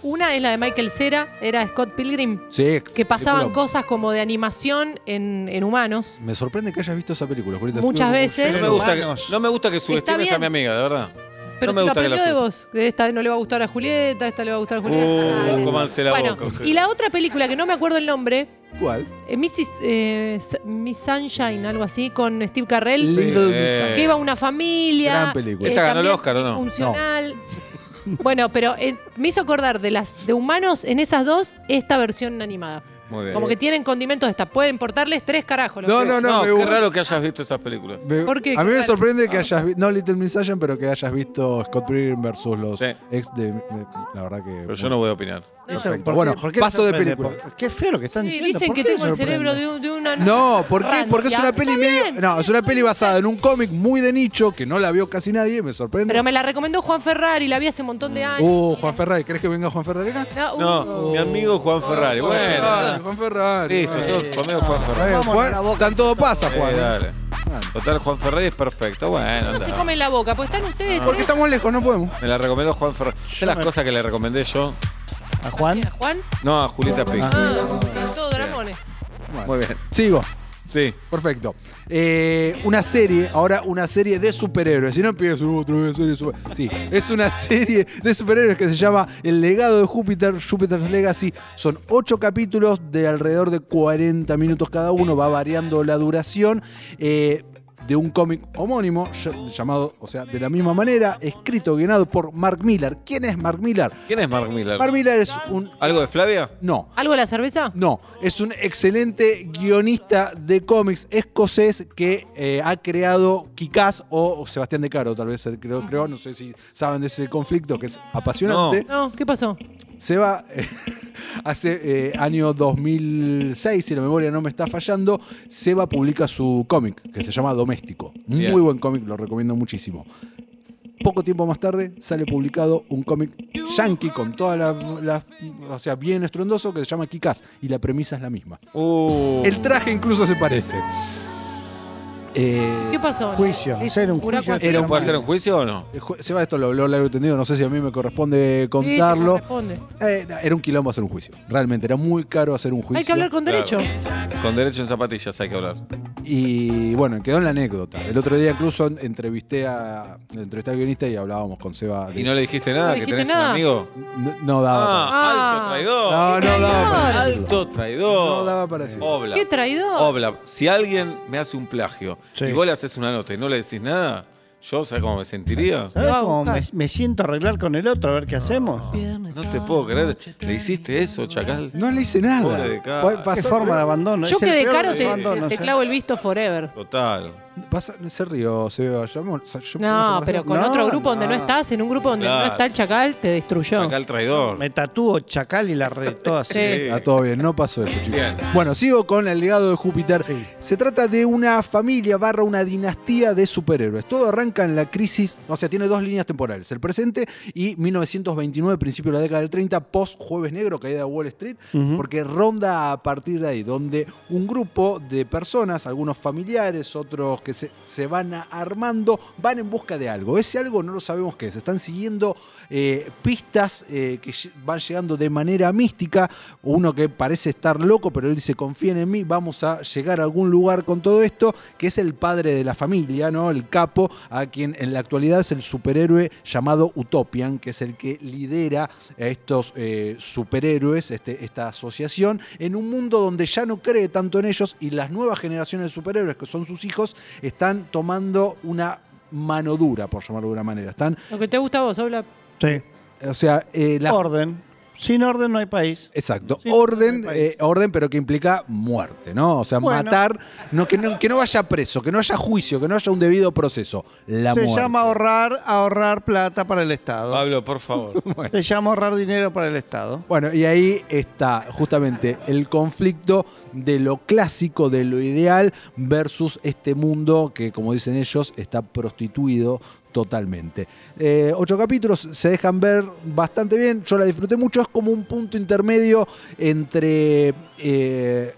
Speaker 6: Una es la de Michael Cera, era Scott Pilgrim,
Speaker 3: Sí,
Speaker 6: que pasaban
Speaker 3: película.
Speaker 6: cosas como de animación en, en humanos.
Speaker 3: Me sorprende que hayas visto esa película, Julita.
Speaker 6: Muchas
Speaker 3: Estuve
Speaker 6: veces.
Speaker 2: No me,
Speaker 4: Pero
Speaker 2: gusta
Speaker 4: humanos.
Speaker 2: que, no me gusta que subestimes a
Speaker 6: bien.
Speaker 2: mi amiga, de verdad.
Speaker 6: Pero
Speaker 2: no me
Speaker 6: se lo
Speaker 2: gusta que la
Speaker 6: aprendió de
Speaker 2: sub-
Speaker 6: vos. que Esta no le va a gustar a Julieta, esta le va a gustar a Julieta.
Speaker 2: Uh,
Speaker 6: Dale.
Speaker 2: cómanse la
Speaker 6: bueno,
Speaker 2: boca.
Speaker 6: y la otra película que no me acuerdo el nombre,
Speaker 3: como- ¿Cuál?
Speaker 6: eh, Mrs., eh, S- Miss Sunshine, algo así, con Steve Carrell.
Speaker 3: Little
Speaker 2: Eh,
Speaker 3: Miss
Speaker 6: que iba una familia. eh,
Speaker 3: Gran película.
Speaker 2: Esa ganó el
Speaker 6: también
Speaker 2: Oscar, ¿o no?
Speaker 6: Funcional. Bueno, pero eh, me hizo acordar de las de humanos en esas dos, esta versión animada.
Speaker 2: Muy bien.
Speaker 6: Como que tienen condimentos de esta. Pueden importarles tres carajos. lo
Speaker 3: No,
Speaker 6: que-
Speaker 3: no,
Speaker 2: No,
Speaker 3: me
Speaker 2: qué
Speaker 3: gusta.
Speaker 2: raro que hayas visto esas películas.
Speaker 3: Me-
Speaker 6: ¿Por qué? Ah.
Speaker 3: A mí
Speaker 6: ¿Qué
Speaker 3: me
Speaker 6: tal?
Speaker 3: sorprende que hayas visto, no Little Miss Sunshine, pero que hayas visto Scott Pilgrim versus los
Speaker 2: Sí.
Speaker 3: ex de, de- La verdad que.
Speaker 2: Pero yo no voy a opinar.
Speaker 4: Eso,
Speaker 3: Perfecto.
Speaker 4: ¿por qué-
Speaker 3: Bueno,
Speaker 4: por qué
Speaker 3: paso de
Speaker 4: sorprende?
Speaker 3: película.
Speaker 4: Por- Qué feo lo que están
Speaker 6: Sí,
Speaker 4: diciendo.
Speaker 6: dicen
Speaker 4: ¿por
Speaker 6: que
Speaker 4: qué
Speaker 6: tengo el
Speaker 4: sorprende?
Speaker 6: cerebro de, un- de una.
Speaker 3: No, ¿por qué? Porque es una
Speaker 6: rancia.
Speaker 3: peli
Speaker 6: Está
Speaker 3: medio.
Speaker 6: bien.
Speaker 3: No, es una peli basada en un cómic muy de nicho que no la vio casi nadie, me sorprende.
Speaker 6: Pero me la recomendó Juan Ferrari, la vi hace un montón de años.
Speaker 3: Uh, Juan Ferrari, ¿crees que venga Juan Ferrari acá?
Speaker 6: No, uh,
Speaker 2: No, mi amigo Juan Ferrari.
Speaker 3: Ferrari,
Speaker 2: Bueno,
Speaker 3: Juan Ferrari.
Speaker 2: listo,
Speaker 3: bueno.
Speaker 2: todos conmigo Juan
Speaker 3: Está
Speaker 2: Ferrari.
Speaker 3: bien,
Speaker 4: Vámonos
Speaker 3: Juan,
Speaker 4: a la boca.
Speaker 3: tan todo pasa,
Speaker 2: Eh,
Speaker 3: Juan.
Speaker 2: dale.
Speaker 3: Bueno.
Speaker 2: Total, Juan Ferrari es perfecto. Bueno,
Speaker 6: no se
Speaker 2: anda.
Speaker 6: come la boca, pues están ustedes
Speaker 3: Porque
Speaker 6: tres.
Speaker 3: estamos lejos, no podemos.
Speaker 2: Me la recomendó Juan Ferrari. De las cosas que le recomendé yo.
Speaker 4: ¿A Juan?
Speaker 6: Juan,
Speaker 2: No, a Julieta Pic.
Speaker 6: ah, todo dramones.
Speaker 2: Muy bien.
Speaker 3: Sigo.
Speaker 2: Sí.
Speaker 3: Perfecto. Eh, una serie, ahora una serie de superhéroes. Si no empiezas "Uh, otra vez serie de super-". Sí, es una serie de superhéroes que se llama El legado de Júpiter, Júpiter's Legacy. Son ocho capítulos de alrededor de 40 minutos cada uno, va variando la duración. Eh, de un cómic homónimo ll- llamado, o sea, de la misma manera, escrito, guionado por Mark Millar. ¿Quién es Mark Millar?
Speaker 2: ¿Quién es Mark Miller?
Speaker 3: Mark Millar es un...
Speaker 2: ¿Algo de Flavia?
Speaker 3: No,
Speaker 6: ¿Algo de la cerveza?
Speaker 3: no, es un excelente guionista de cómics escocés que eh, ha creado Kikaz o Sebastián de Caro, tal vez él creó, creó, no sé si saben de ese conflicto que es apasionante.
Speaker 6: No, ¿qué pasó?
Speaker 3: Seba, eh, hace eh, año 2006, si la memoria no me está fallando, Seba publica su cómic que se llama Doméstico. Un
Speaker 2: Bien.
Speaker 3: Muy buen cómic, lo recomiendo muchísimo. Poco tiempo más tarde sale publicado un cómic yankee con todas las, las- O sea, bien estruendoso que se llama Kikaz y la premisa es la misma.
Speaker 2: Uh,
Speaker 3: El traje incluso se parece. Eh,
Speaker 6: ¿Qué pasó?
Speaker 4: Juicio,
Speaker 6: Hizo
Speaker 4: era un
Speaker 6: curaco
Speaker 4: juicio.
Speaker 6: así.
Speaker 3: Era un-
Speaker 2: ¿Puede hacer un juicio o no?
Speaker 3: ju- Seba, esto lo habló largo y tendido, no sé si a mí me corresponde
Speaker 6: Sí, te
Speaker 3: contarlo.
Speaker 6: corresponde.
Speaker 3: Eh, era un quilombo hacer un juicio. Realmente, era muy caro hacer un juicio.
Speaker 6: Hay que hablar con
Speaker 2: Claro.
Speaker 6: derecho.
Speaker 2: Con derecho en zapatillas hay que hablar.
Speaker 3: Y bueno, quedó en la anécdota. El otro día incluso en- entrevisté a entrevisté al guionista y hablábamos con Seba. de-
Speaker 2: ¿Y no le dijiste nada?
Speaker 6: No le
Speaker 2: ¿Que
Speaker 6: dijiste
Speaker 2: tenés
Speaker 6: nada.
Speaker 2: un amigo?
Speaker 3: no, no daba.
Speaker 2: Ah,
Speaker 6: Ah.
Speaker 2: alto traidor.
Speaker 3: para- no, no daba para
Speaker 6: traidor.
Speaker 3: decirlo.
Speaker 2: Alto traidor.
Speaker 3: No daba para decirlo.
Speaker 2: Obla.
Speaker 6: ¡Qué traidor!
Speaker 2: Obla. Si alguien me hace un plagio
Speaker 4: Sí.
Speaker 2: y vos le haces una nota y no le decís nada, yo, ¿sabes cómo me sentiría?
Speaker 4: ¿Sabes
Speaker 6: Lo voy a
Speaker 4: cómo me,
Speaker 6: buscar.
Speaker 4: me siento a arreglar con el otro a ver qué hacemos?
Speaker 2: No te puedo creer. ¿Le hiciste eso, chacal?
Speaker 3: No le hice nada.
Speaker 2: Pobre de cara.
Speaker 3: Fue-
Speaker 4: ¿Qué
Speaker 3: pasó-
Speaker 4: forma de abandono?
Speaker 6: Yo
Speaker 4: Es el
Speaker 6: que de
Speaker 4: peor
Speaker 6: caro
Speaker 4: de
Speaker 6: te,
Speaker 4: abandono,
Speaker 6: te
Speaker 4: ¿sí?
Speaker 6: clavo el visto forever.
Speaker 2: Total.
Speaker 3: pasa- se rió, Seba. Llamó- sa- yo-
Speaker 6: No,
Speaker 3: se-
Speaker 6: pero con
Speaker 4: No,
Speaker 6: otro grupo donde no
Speaker 4: no.
Speaker 6: estás, en un grupo donde
Speaker 2: Claro.
Speaker 6: no está el chacal, te destruyó.
Speaker 2: Chacal traidor.
Speaker 4: Me tatúo chacal y la red, todo así.
Speaker 6: Sí.
Speaker 3: Ah, todo bien, no pasó eso, chicos.
Speaker 2: Bien.
Speaker 3: Bueno, sigo con el legado de Júpiter. Se trata de una familia barra una dinastía de superhéroes. Todo arranca en la crisis, o sea, tiene dos líneas temporales, el presente y 1929, principio de la década del 30, post Jueves Negro, caída de Wall Street, porque ronda a partir de ahí, donde un grupo de personas, algunos familiares, otros que se, se van a- armando, van en busca de algo. Ese algo no lo sabemos qué es. Están siguiendo eh, pistas eh, que lle- van llegando de manera mística. Uno que parece estar loco, pero él dice, confíen en mí, vamos a llegar a algún lugar con todo esto, que es el padre de la familia, ¿no? El capo, a quien en la actualidad es el superhéroe llamado Utopian, que es el que lidera a estos eh, superhéroes, este- esta asociación, en un mundo donde ya no cree tanto en ellos y las nuevas generaciones de superhéroes, que son sus hijos, están tomando una mano dura, por llamarlo de una manera. Están,
Speaker 6: Lo que te gusta a vos, habla.
Speaker 4: Sí.
Speaker 3: o sea, eh, la-
Speaker 4: Orden. Sin orden no hay país.
Speaker 3: Exacto.
Speaker 4: Sí,
Speaker 3: orden,
Speaker 4: no hay país.
Speaker 3: eh, orden, pero que implica muerte, ¿no? O sea,
Speaker 4: Bueno.
Speaker 3: matar, no que, no que no vaya preso, que no haya juicio, que no haya un debido proceso. La
Speaker 4: Se
Speaker 3: muerte.
Speaker 4: llama ahorrar, ahorrar plata para el Estado.
Speaker 2: Pablo, por favor.
Speaker 4: Se llama ahorrar dinero para el Estado.
Speaker 3: Bueno, y ahí está justamente el conflicto de lo clásico, de lo ideal, versus este mundo que, como dicen ellos, está prostituido totalmente. Eh, ocho capítulos se dejan ver bastante bien, yo la disfruté mucho, es como un punto intermedio entre... eh,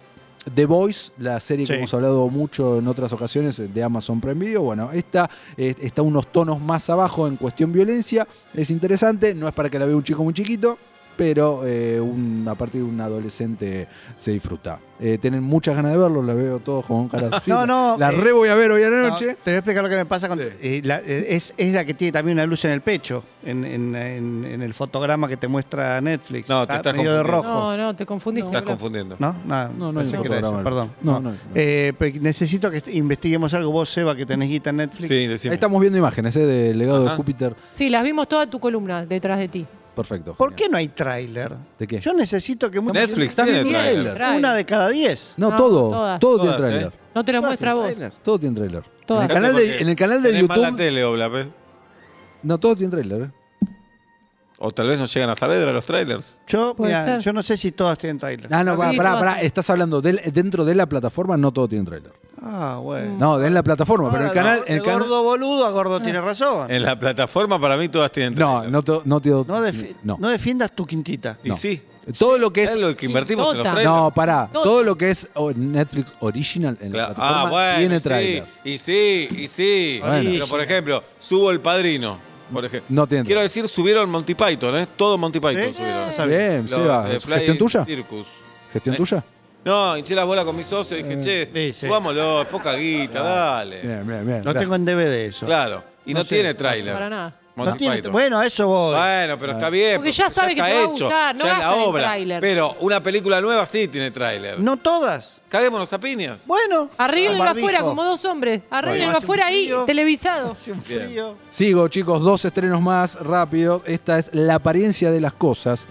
Speaker 3: The Voice, la serie que
Speaker 4: Sí.
Speaker 3: hemos hablado mucho en otras ocasiones eh, de Amazon Prime Video, bueno, esta eh, está unos tonos más abajo en cuestión violencia, es interesante, no es para que la vea un chico muy chiquito, pero eh, un- a partir de un adolescente se disfruta. Eh, tienen muchas ganas de verlo, la veo todos con cara así.
Speaker 4: No, no,
Speaker 3: La
Speaker 4: eh,
Speaker 3: re voy a ver hoy a la
Speaker 4: No,
Speaker 3: noche.
Speaker 4: te voy a explicar lo que me pasa. Con,
Speaker 3: Sí.
Speaker 4: eh, la- eh, es, es la que tiene también una luz en el pecho, en, en- en- en el fotograma que te muestra Netflix.
Speaker 2: No, te
Speaker 4: Está
Speaker 2: estás
Speaker 4: medio de
Speaker 2: confundiendo.
Speaker 4: rojo.
Speaker 6: No, no, te confundiste.
Speaker 2: Estás
Speaker 6: Nicolás.
Speaker 2: confundiendo.
Speaker 4: No, nada.
Speaker 3: No, no hay
Speaker 4: pensé
Speaker 3: un
Speaker 4: que era eso,
Speaker 3: fotograma.
Speaker 4: Perdón.
Speaker 3: No, no, no.
Speaker 4: Eh, pero necesito que investiguemos algo. Vos, Seba, que tenés guita en Netflix.
Speaker 2: Sí,
Speaker 3: Ahí
Speaker 2: decime.
Speaker 3: estamos viendo imágenes eh, del legado de
Speaker 2: Ajá.
Speaker 3: Júpiter.
Speaker 6: Sí, las vimos toda tu columna detrás de ti.
Speaker 3: Perfecto.
Speaker 4: ¿Por
Speaker 3: genial.
Speaker 4: qué no hay tráiler?
Speaker 3: ¿De qué?
Speaker 4: Yo necesito que... mucha-
Speaker 2: Netflix tiene
Speaker 3: viendo
Speaker 2: trailers.
Speaker 6: trailers.
Speaker 4: Una de cada diez.
Speaker 3: No,
Speaker 6: No,
Speaker 3: todo.
Speaker 6: todas.
Speaker 3: Todo tiene
Speaker 2: Todas,
Speaker 3: trailer.
Speaker 2: ¿eh?
Speaker 6: No te lo muestra vos.
Speaker 4: Trailer.
Speaker 3: Todo tiene trailer. En
Speaker 6: Todas.
Speaker 3: el canal de,
Speaker 2: Porque
Speaker 3: en el canal de
Speaker 2: tenés mala
Speaker 3: YouTube.
Speaker 2: tele, Oblap, ¿eh?
Speaker 3: No, todo tiene trailer. eh.
Speaker 2: O tal vez no llegan a Saavedra los trailers.
Speaker 4: Yo,
Speaker 6: Puede
Speaker 4: mirá,
Speaker 6: ser.
Speaker 4: yo no sé si todas tienen tráiler.
Speaker 3: Ah, no,
Speaker 6: Sí,
Speaker 3: pará, pará,
Speaker 6: todas.
Speaker 3: pará. Estás hablando del- dentro de la plataforma, no todo tiene trailer.
Speaker 4: Ah, bueno.
Speaker 3: No, de la plataforma, pero el
Speaker 4: Ahora,
Speaker 3: canal.
Speaker 4: de
Speaker 3: El canal
Speaker 4: gordo boludo a gordo
Speaker 6: Ah.
Speaker 4: tiene razón.
Speaker 2: En la plataforma para mí todas tienen
Speaker 3: Ah. no,
Speaker 2: trailers.
Speaker 3: no, to- no, te-
Speaker 4: No, defi-
Speaker 3: no.
Speaker 4: no defiendas tu quintita.
Speaker 2: Y
Speaker 3: no.
Speaker 2: sí,
Speaker 3: Todo lo que
Speaker 2: es
Speaker 3: es
Speaker 2: lo que invertimos en los
Speaker 6: Tota.
Speaker 2: trailers.
Speaker 3: No, pará.
Speaker 6: Todo.
Speaker 3: Todo lo que es o- Netflix original en la
Speaker 2: Claro.
Speaker 3: plataforma tiene
Speaker 2: y Ah, sí,
Speaker 3: trailer.
Speaker 2: Y sí, y sí.
Speaker 4: Bueno.
Speaker 2: Pero, por ejemplo, subo el padrino. Por ejemplo.
Speaker 3: No tiene
Speaker 2: Quiero
Speaker 3: trailer.
Speaker 2: decir, subieron Monty Python, ¿eh? Todo Monty Python
Speaker 4: ¿Sí?
Speaker 2: subieron.
Speaker 4: Está
Speaker 3: Bien,
Speaker 2: Los,
Speaker 3: Seba.
Speaker 2: eh,
Speaker 3: ¿es
Speaker 2: Flying
Speaker 3: ¿Gestión tuya?
Speaker 2: Circus.
Speaker 3: ¿Gestión
Speaker 2: Eh.
Speaker 3: tuya?
Speaker 2: No, hinché las bolas con mi socio y dije, che,
Speaker 4: Sí, sí.
Speaker 2: subámoslo, es poca guita, dale.
Speaker 3: Bien, bien, bien.
Speaker 4: Lo
Speaker 3: gracias.
Speaker 4: tengo en DVD eso.
Speaker 2: Claro. Y no,
Speaker 4: No sé,
Speaker 2: tiene
Speaker 4: no,
Speaker 2: tráiler.
Speaker 6: para nada.
Speaker 4: No
Speaker 2: Monty
Speaker 4: tiene-
Speaker 2: Python.
Speaker 4: bueno, a eso voy.
Speaker 2: Bueno, pero está bien.
Speaker 6: Porque ya sabe que
Speaker 2: está
Speaker 6: te va a
Speaker 2: hecho,
Speaker 6: gustar, no
Speaker 2: ya es la
Speaker 6: gastan en
Speaker 2: obra.
Speaker 6: tráiler.
Speaker 2: Pero una película nueva sí tiene tráiler.
Speaker 4: No todas.
Speaker 2: Caguémonos a piñas.
Speaker 4: Bueno.
Speaker 6: Arréglenlo
Speaker 4: barbijo.
Speaker 6: afuera como dos hombres. Arréglenlo
Speaker 4: Bueno.
Speaker 6: afuera ahí,
Speaker 4: Hace un frío.
Speaker 6: televisado.
Speaker 4: Hace un frío.
Speaker 3: Sigo, chicos, dos estrenos más rápido. Esta es La apariencia de las cosas.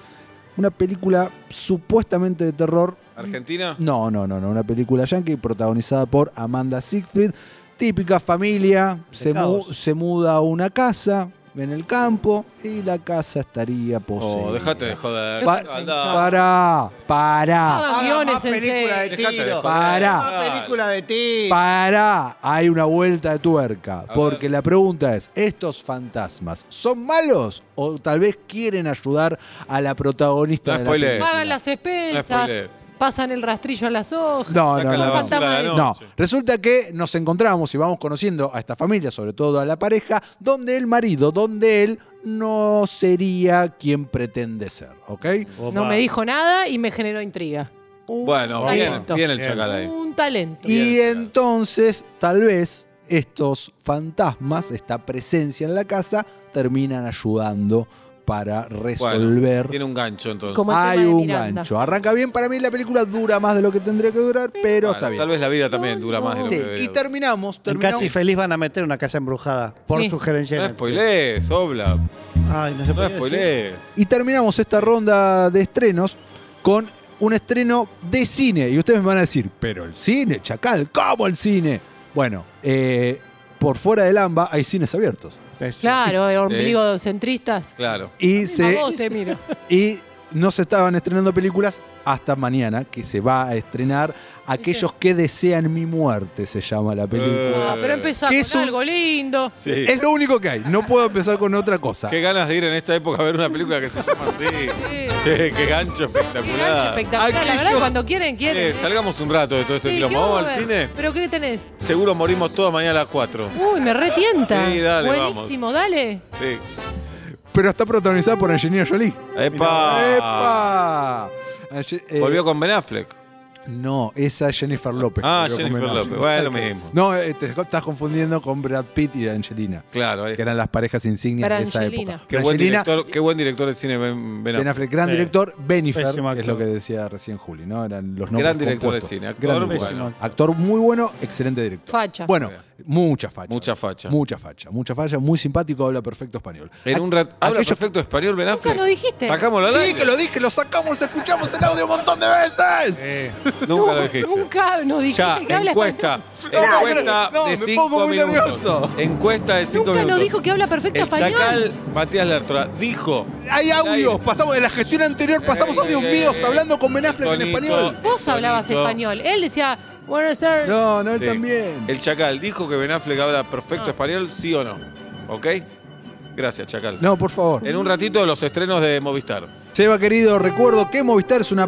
Speaker 3: Una película supuestamente de terror.
Speaker 2: ¿Argentina?
Speaker 3: No, no, no, no. Una película yankee protagonizada por Amanda Siegfried. Típica familia. Se, mu-
Speaker 4: caos.
Speaker 3: se muda a una casa en el campo y la casa estaría poseída.
Speaker 2: Oh, dejate de joder.
Speaker 3: Pa-
Speaker 2: Andá.
Speaker 3: Pará, pará,
Speaker 6: Hagan
Speaker 4: Hagan más
Speaker 6: guiones en
Speaker 4: película de
Speaker 6: serio.
Speaker 2: Dejate de joder.
Speaker 4: tiro.
Speaker 3: Pará.
Speaker 4: Más película de tiro.
Speaker 3: pará. Hay una vuelta de tuerca. Porque la pregunta es, ¿estos fantasmas son malos o tal vez quieren ayudar a la protagonista
Speaker 2: No
Speaker 3: de la
Speaker 2: spoilees.
Speaker 3: película?
Speaker 6: Pagan las
Speaker 2: No
Speaker 6: expensas.
Speaker 2: spoilees.
Speaker 6: pasan el rastrillo a las hojas.
Speaker 3: No,
Speaker 2: Saca la
Speaker 3: no, no.
Speaker 2: basura
Speaker 6: Fantasma
Speaker 2: a la
Speaker 6: de-
Speaker 3: No,
Speaker 2: noche.
Speaker 3: resulta que nos encontramos y vamos conociendo a esta familia, sobre todo a la pareja, donde el marido, donde él no sería quien pretende ser, ¿ok?
Speaker 6: No me dijo nada y me generó intriga. Un
Speaker 2: Bueno, bien,
Speaker 6: talento.
Speaker 2: bien el chacal ahí.
Speaker 6: Un talento.
Speaker 3: Y
Speaker 2: Bien, claro.
Speaker 3: entonces, tal vez, estos fantasmas, esta presencia en la casa, terminan ayudando para resolver.
Speaker 2: Tiene un gancho entonces.
Speaker 6: Como el tema
Speaker 3: Hay
Speaker 6: de
Speaker 3: un
Speaker 6: Miranda.
Speaker 3: gancho. Arranca bien, para mí la película dura más de lo que tendría que durar, pero
Speaker 2: Bueno,
Speaker 3: está bien.
Speaker 2: Tal vez la vida también dura más de lo
Speaker 3: Sí,
Speaker 2: que debería
Speaker 3: Y
Speaker 2: durar.
Speaker 3: terminamos,
Speaker 4: En
Speaker 3: terminamos.
Speaker 4: Casi Feliz van a meter una casa embrujada. Por
Speaker 6: Sí.
Speaker 4: sugerencia. de
Speaker 2: No
Speaker 4: Netflix.
Speaker 2: spoilees, Obla.
Speaker 4: Ay, no se
Speaker 2: No
Speaker 4: puede decir.
Speaker 2: spoilees.
Speaker 3: Y terminamos esta ronda de estrenos con un estreno de cine. Y ustedes me van a decir, pero el cine, chacal, ¿cómo el cine? Bueno, eh, por fuera del AMBA hay cines abiertos.
Speaker 4: Es-
Speaker 6: Claro, eh, ombligo centristas.
Speaker 2: Claro.
Speaker 3: Y
Speaker 6: A vos
Speaker 3: se,
Speaker 6: te miro.
Speaker 3: y no se estaban estrenando películas hasta mañana, que se va a estrenar Aquellos que desean mi muerte, se llama la película.
Speaker 6: Ah, pero empezó con
Speaker 3: ¿Qué es un-
Speaker 6: algo lindo.
Speaker 2: Eh, Sí.
Speaker 3: Es lo único que hay, no puedo empezar con otra cosa.
Speaker 2: Qué ganas de ir en esta época a ver una película que se llama así. Che, qué gancho espectacular.
Speaker 6: Qué gancho espectacular. La verdad,
Speaker 2: Aquellos-
Speaker 6: cuando quieren, quieren.
Speaker 2: Eh, salgamos un rato de todo este
Speaker 6: Sí,
Speaker 2: quilombo.
Speaker 6: ¿qué vamos
Speaker 2: Vamos
Speaker 6: a
Speaker 2: al
Speaker 6: ver?
Speaker 2: cine.
Speaker 6: ¿Pero qué tenés?
Speaker 2: Seguro morimos todos mañana a las 4.
Speaker 6: Uy, me retienta.
Speaker 2: Sí, dale, vamos.
Speaker 6: Buenísimo, dale.
Speaker 2: Sí.
Speaker 3: Pero está protagonizada por Angelina Jolie.
Speaker 2: ¡Epa!
Speaker 3: ¡Epa! Ange- eh,
Speaker 2: Volvió con Ben Affleck.
Speaker 3: No, esa es Jennifer López.
Speaker 2: Ah,
Speaker 3: Creo que
Speaker 2: Jennifer
Speaker 3: me la-
Speaker 2: López. Bueno, lo mismo.
Speaker 3: No, eh, te estás confundiendo con Brad Pitt y Angelina,
Speaker 2: Claro, ahí
Speaker 3: que
Speaker 2: está.
Speaker 3: eran las parejas insignias de esa
Speaker 6: Brangelina.
Speaker 3: época.
Speaker 2: Qué buen,
Speaker 3: Brangelina,
Speaker 2: director, qué buen director de cine Ben, Ben
Speaker 3: Ben
Speaker 2: Affleck.
Speaker 3: Affleck, gran
Speaker 4: Sí.
Speaker 3: director, Benifer,
Speaker 4: Pésimo
Speaker 3: que es lo que
Speaker 4: actor.
Speaker 3: decía recién Juli, ¿no? Eran los nombres
Speaker 2: Gran director de
Speaker 3: compuestos.
Speaker 2: cine.
Speaker 3: Gran
Speaker 2: Actor,
Speaker 3: director.
Speaker 2: bueno.
Speaker 4: Buenísimo.
Speaker 3: Actor muy bueno, excelente director.
Speaker 6: Facha.
Speaker 3: Bueno, mucha facha.
Speaker 2: Mucha facha.
Speaker 3: Mucha facha, mucha facha, muy simpático, habla perfecto español.
Speaker 2: En un rat... Habla
Speaker 3: Aquellos-
Speaker 2: perfecto español Ben Affleck.
Speaker 6: lo dijiste.
Speaker 2: Sacámoslo al
Speaker 3: Sí,
Speaker 2: aire.
Speaker 3: que lo dije, lo sacamos, escuchamos el audio un montón de veces.
Speaker 2: Eh, Nunca lo dijiste.
Speaker 6: Nunca nos dijiste
Speaker 2: Ya,
Speaker 6: que habla
Speaker 2: encuesta.
Speaker 3: No, pero-
Speaker 2: Encuesta
Speaker 3: no, me
Speaker 2: de cinco
Speaker 3: pongo muy
Speaker 2: minutos.
Speaker 3: nervioso.
Speaker 2: Encuesta de
Speaker 6: español.
Speaker 2: cinco
Speaker 6: Nunca
Speaker 2: minutos.
Speaker 6: nos dijo que habla perfecto
Speaker 2: El
Speaker 6: español.
Speaker 2: chacal Matías Lertora dijo.
Speaker 3: Hay audios,
Speaker 2: aire.
Speaker 3: pasamos de la gestión anterior, pasamos
Speaker 2: Ey,
Speaker 3: audios
Speaker 2: ey,
Speaker 3: míos
Speaker 2: ey,
Speaker 3: hablando con Ben
Speaker 2: el
Speaker 3: Affleck en
Speaker 2: tonito.
Speaker 3: español.
Speaker 6: Vos hablabas
Speaker 2: Tonito.
Speaker 6: español. Él decía, buenas tardes.
Speaker 3: No, no, él
Speaker 2: Sí.
Speaker 3: también.
Speaker 2: El chacal dijo que Ben Affleck habla perfecto
Speaker 6: Ah.
Speaker 2: español, sí o no. ¿Ok? Gracias, chacal.
Speaker 3: No, por favor.
Speaker 2: En un ratito los estrenos de Movistar.
Speaker 3: Seba, querido, recuerdo que Movistar es una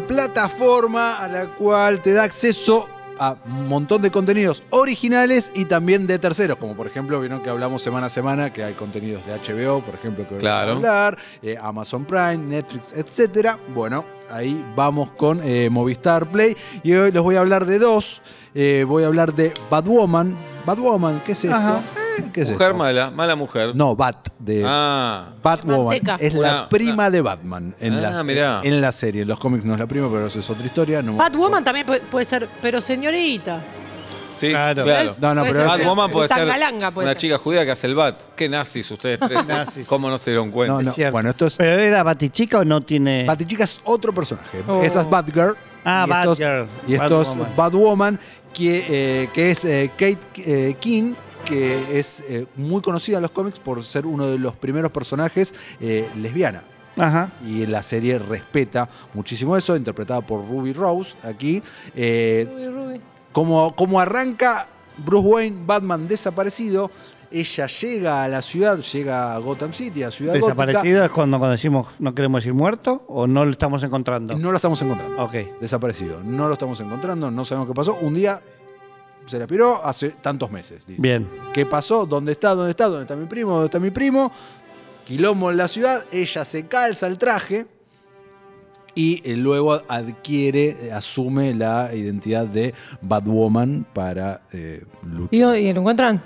Speaker 3: plataforma a la cual te da acceso a un montón de contenidos originales y también de terceros, como por ejemplo, vieron que hablamos semana a semana que hay contenidos de HBO, por ejemplo, que
Speaker 2: Claro.
Speaker 3: vamos a hablar, eh, Amazon Prime, Netflix, etcétera. Bueno, ahí vamos con eh, Movistar Play y hoy les voy a hablar de dos. Eh, voy a hablar de Batwoman. Batwoman, ¿qué es esto?
Speaker 4: Ajá.
Speaker 3: Eh, ¿Qué es
Speaker 2: mujer
Speaker 3: esto?
Speaker 2: mala, mala mujer.
Speaker 3: No, Bat de
Speaker 2: Ah.
Speaker 3: Batwoman
Speaker 6: Manteca.
Speaker 3: es la
Speaker 2: Una-
Speaker 3: prima de Batman en,
Speaker 2: Ah,
Speaker 3: la,
Speaker 2: mirá.
Speaker 3: en la serie. En los cómics no es la prima, pero eso es otra historia. No,
Speaker 6: Batwoman también puede, puede ser, pero señorita.
Speaker 2: Sí, claro.
Speaker 4: Claro.
Speaker 3: No, no,
Speaker 6: Puede
Speaker 3: pero
Speaker 6: ser
Speaker 3: es-
Speaker 2: Batwoman puede ser
Speaker 6: Tangalanga puede
Speaker 2: una
Speaker 6: ser.
Speaker 2: chica judía que hace el bat. Qué nazis ustedes tres.
Speaker 4: Nazis.
Speaker 2: ¿Cómo no se dieron cuenta?
Speaker 3: No, no.
Speaker 4: Es cierto.
Speaker 3: Bueno, esto es.
Speaker 4: ¿Pero era Batichica o no tiene...?
Speaker 3: Batichica es otro personaje.
Speaker 6: Oh.
Speaker 3: Esa es Batgirl.
Speaker 4: Ah,
Speaker 3: y esto es-
Speaker 4: Batgirl.
Speaker 3: Y esto es
Speaker 4: Batwoman.
Speaker 3: Batwoman, que, eh, que es eh, Kate eh, King, que es eh, muy conocida en los cómics por ser uno de los primeros personajes eh, lesbiana.
Speaker 4: Ajá.
Speaker 3: y la serie respeta muchísimo eso, interpretada por Ruby Rose aquí. Eh,
Speaker 6: Ruby, Ruby.
Speaker 3: como, como arranca Bruce Wayne, Batman desaparecido, ella llega a la ciudad, llega a Gotham City, a Ciudad Gótica,
Speaker 4: ¿Desaparecido es cuando, cuando decimos no queremos decir muerto o no lo estamos encontrando?
Speaker 3: y no lo estamos encontrando.
Speaker 4: Ok.
Speaker 3: Desaparecido, no lo estamos encontrando, no sabemos qué pasó. Un día se la piró hace tantos meses. dice.
Speaker 4: Bien.
Speaker 3: ¿Qué pasó? ¿Dónde está? ¿Dónde está? ¿Dónde está mi primo? ¿Dónde está mi primo? Quilombo en la ciudad, ella se calza el traje y eh, luego adquiere, eh, asume la identidad de Batwoman para eh, luchar.
Speaker 6: ¿Y, y lo encuentran?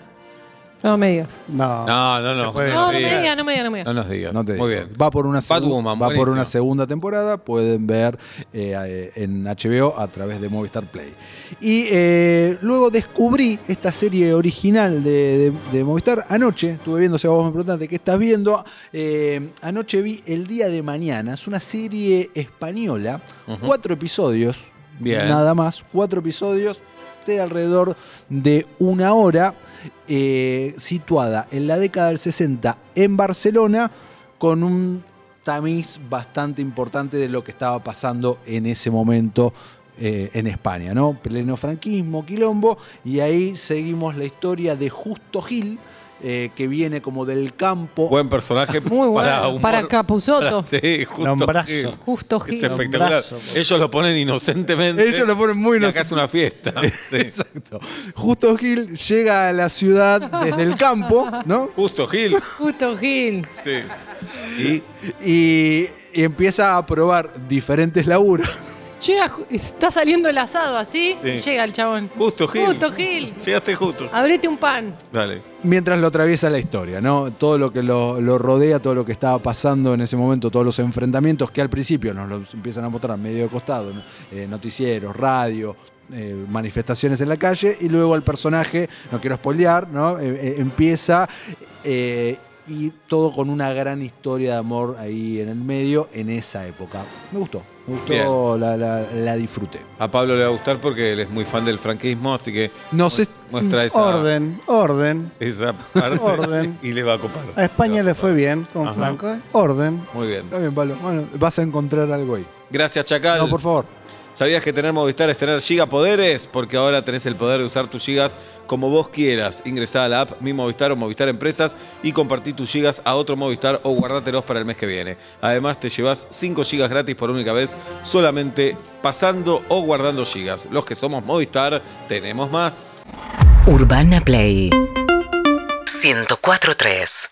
Speaker 6: No me digas.
Speaker 4: No.
Speaker 2: No, no, no.
Speaker 4: Después-
Speaker 6: No, no me
Speaker 2: digas.
Speaker 6: digas, no me digas, no me
Speaker 2: No
Speaker 6: digas.
Speaker 2: nos digas.
Speaker 3: No te
Speaker 2: Muy
Speaker 3: digo.
Speaker 2: bien.
Speaker 3: Va por una, segu-
Speaker 2: Batwoman,
Speaker 3: va por
Speaker 2: buenísimo.
Speaker 3: una segunda temporada. Pueden ver eh, eh, en HBO a través de Movistar Play. Y eh, luego descubrí esta serie original de, de- de Movistar anoche. Estuve viendo, o sea, vos me preguntaste qué estás viendo. Eh, anoche vi El Día de Mañana. Es una serie española. Cuatro episodios.
Speaker 2: Bien.
Speaker 3: Nada más. Cuatro episodios de alrededor de una hora, eh, situada en la década del 60 en Barcelona, con un tamiz bastante importante de lo que estaba pasando en ese momento eh, en España, ¿no? Pleno franquismo, quilombo, y ahí seguimos la historia de Justo Gil, eh, que viene como del campo.
Speaker 2: Buen personaje.
Speaker 6: Muy bueno.
Speaker 2: Para,
Speaker 6: Para,
Speaker 2: humor-
Speaker 6: Capuzoto.
Speaker 2: Sí, justo.
Speaker 4: Nombrazo.
Speaker 2: Sí.
Speaker 6: Justo
Speaker 2: Es
Speaker 6: Gil.
Speaker 2: espectacular.
Speaker 4: Nombrazo, por-
Speaker 2: Ellos lo ponen inocentemente.
Speaker 3: Ellos lo ponen muy
Speaker 2: y Acá
Speaker 3: inocente.
Speaker 2: es una fiesta. Sí.
Speaker 3: Exacto. Justo Gil llega a la ciudad desde el campo, ¿no?
Speaker 2: Justo Gil.
Speaker 6: Justo Gil.
Speaker 2: Sí. Y
Speaker 3: y, y empieza a probar diferentes laburos.
Speaker 6: Llega, ju- está saliendo el asado así
Speaker 2: Sí.
Speaker 6: y llega el chabón.
Speaker 2: justo Gil.
Speaker 6: Justo Gil.
Speaker 2: Llegaste justo.
Speaker 6: Abrete un pan.
Speaker 2: Dale.
Speaker 3: mientras lo atraviesa la historia, ¿no? Todo lo que lo, lo rodea, todo lo que estaba pasando en ese momento, todos los enfrentamientos que al principio nos los empiezan a mostrar medio de costado, ¿no? Eh, noticieros, radio. eh, manifestaciones en la calle y luego el personaje, no quiero spoilear, ¿no? Eh, eh, empieza eh, y todo con una gran historia de amor ahí en el medio en esa época. Me gustó, Me gustó, la, la- la disfruté.
Speaker 2: A Pablo le va a gustar porque él es muy fan del franquismo, así que
Speaker 3: No sé.
Speaker 2: muestra esa,
Speaker 4: Orden, orden.
Speaker 2: esa parte
Speaker 4: Orden.
Speaker 2: y le va a copar.
Speaker 4: A España le fue bien con
Speaker 2: Ajá.
Speaker 4: Franco. ¿eh? Orden.
Speaker 2: Muy bien.
Speaker 3: Está bien, Pablo. Bueno, vas a encontrar algo ahí.
Speaker 2: Gracias, Chacal.
Speaker 3: No, por favor.
Speaker 2: ¿Sabías que tener Movistar es tener gigapoderes? Porque ahora tenés el poder de usar tus gigas como vos quieras. Ingresá a la app Mi Movistar o Movistar Empresas y compartí tus gigas a otro Movistar o guardatelos para el mes que viene. Además, te llevas 5 gigas gratis por única vez solamente pasando o guardando gigas. Los que somos Movistar, tenemos más.
Speaker 1: Urbana Play 104.3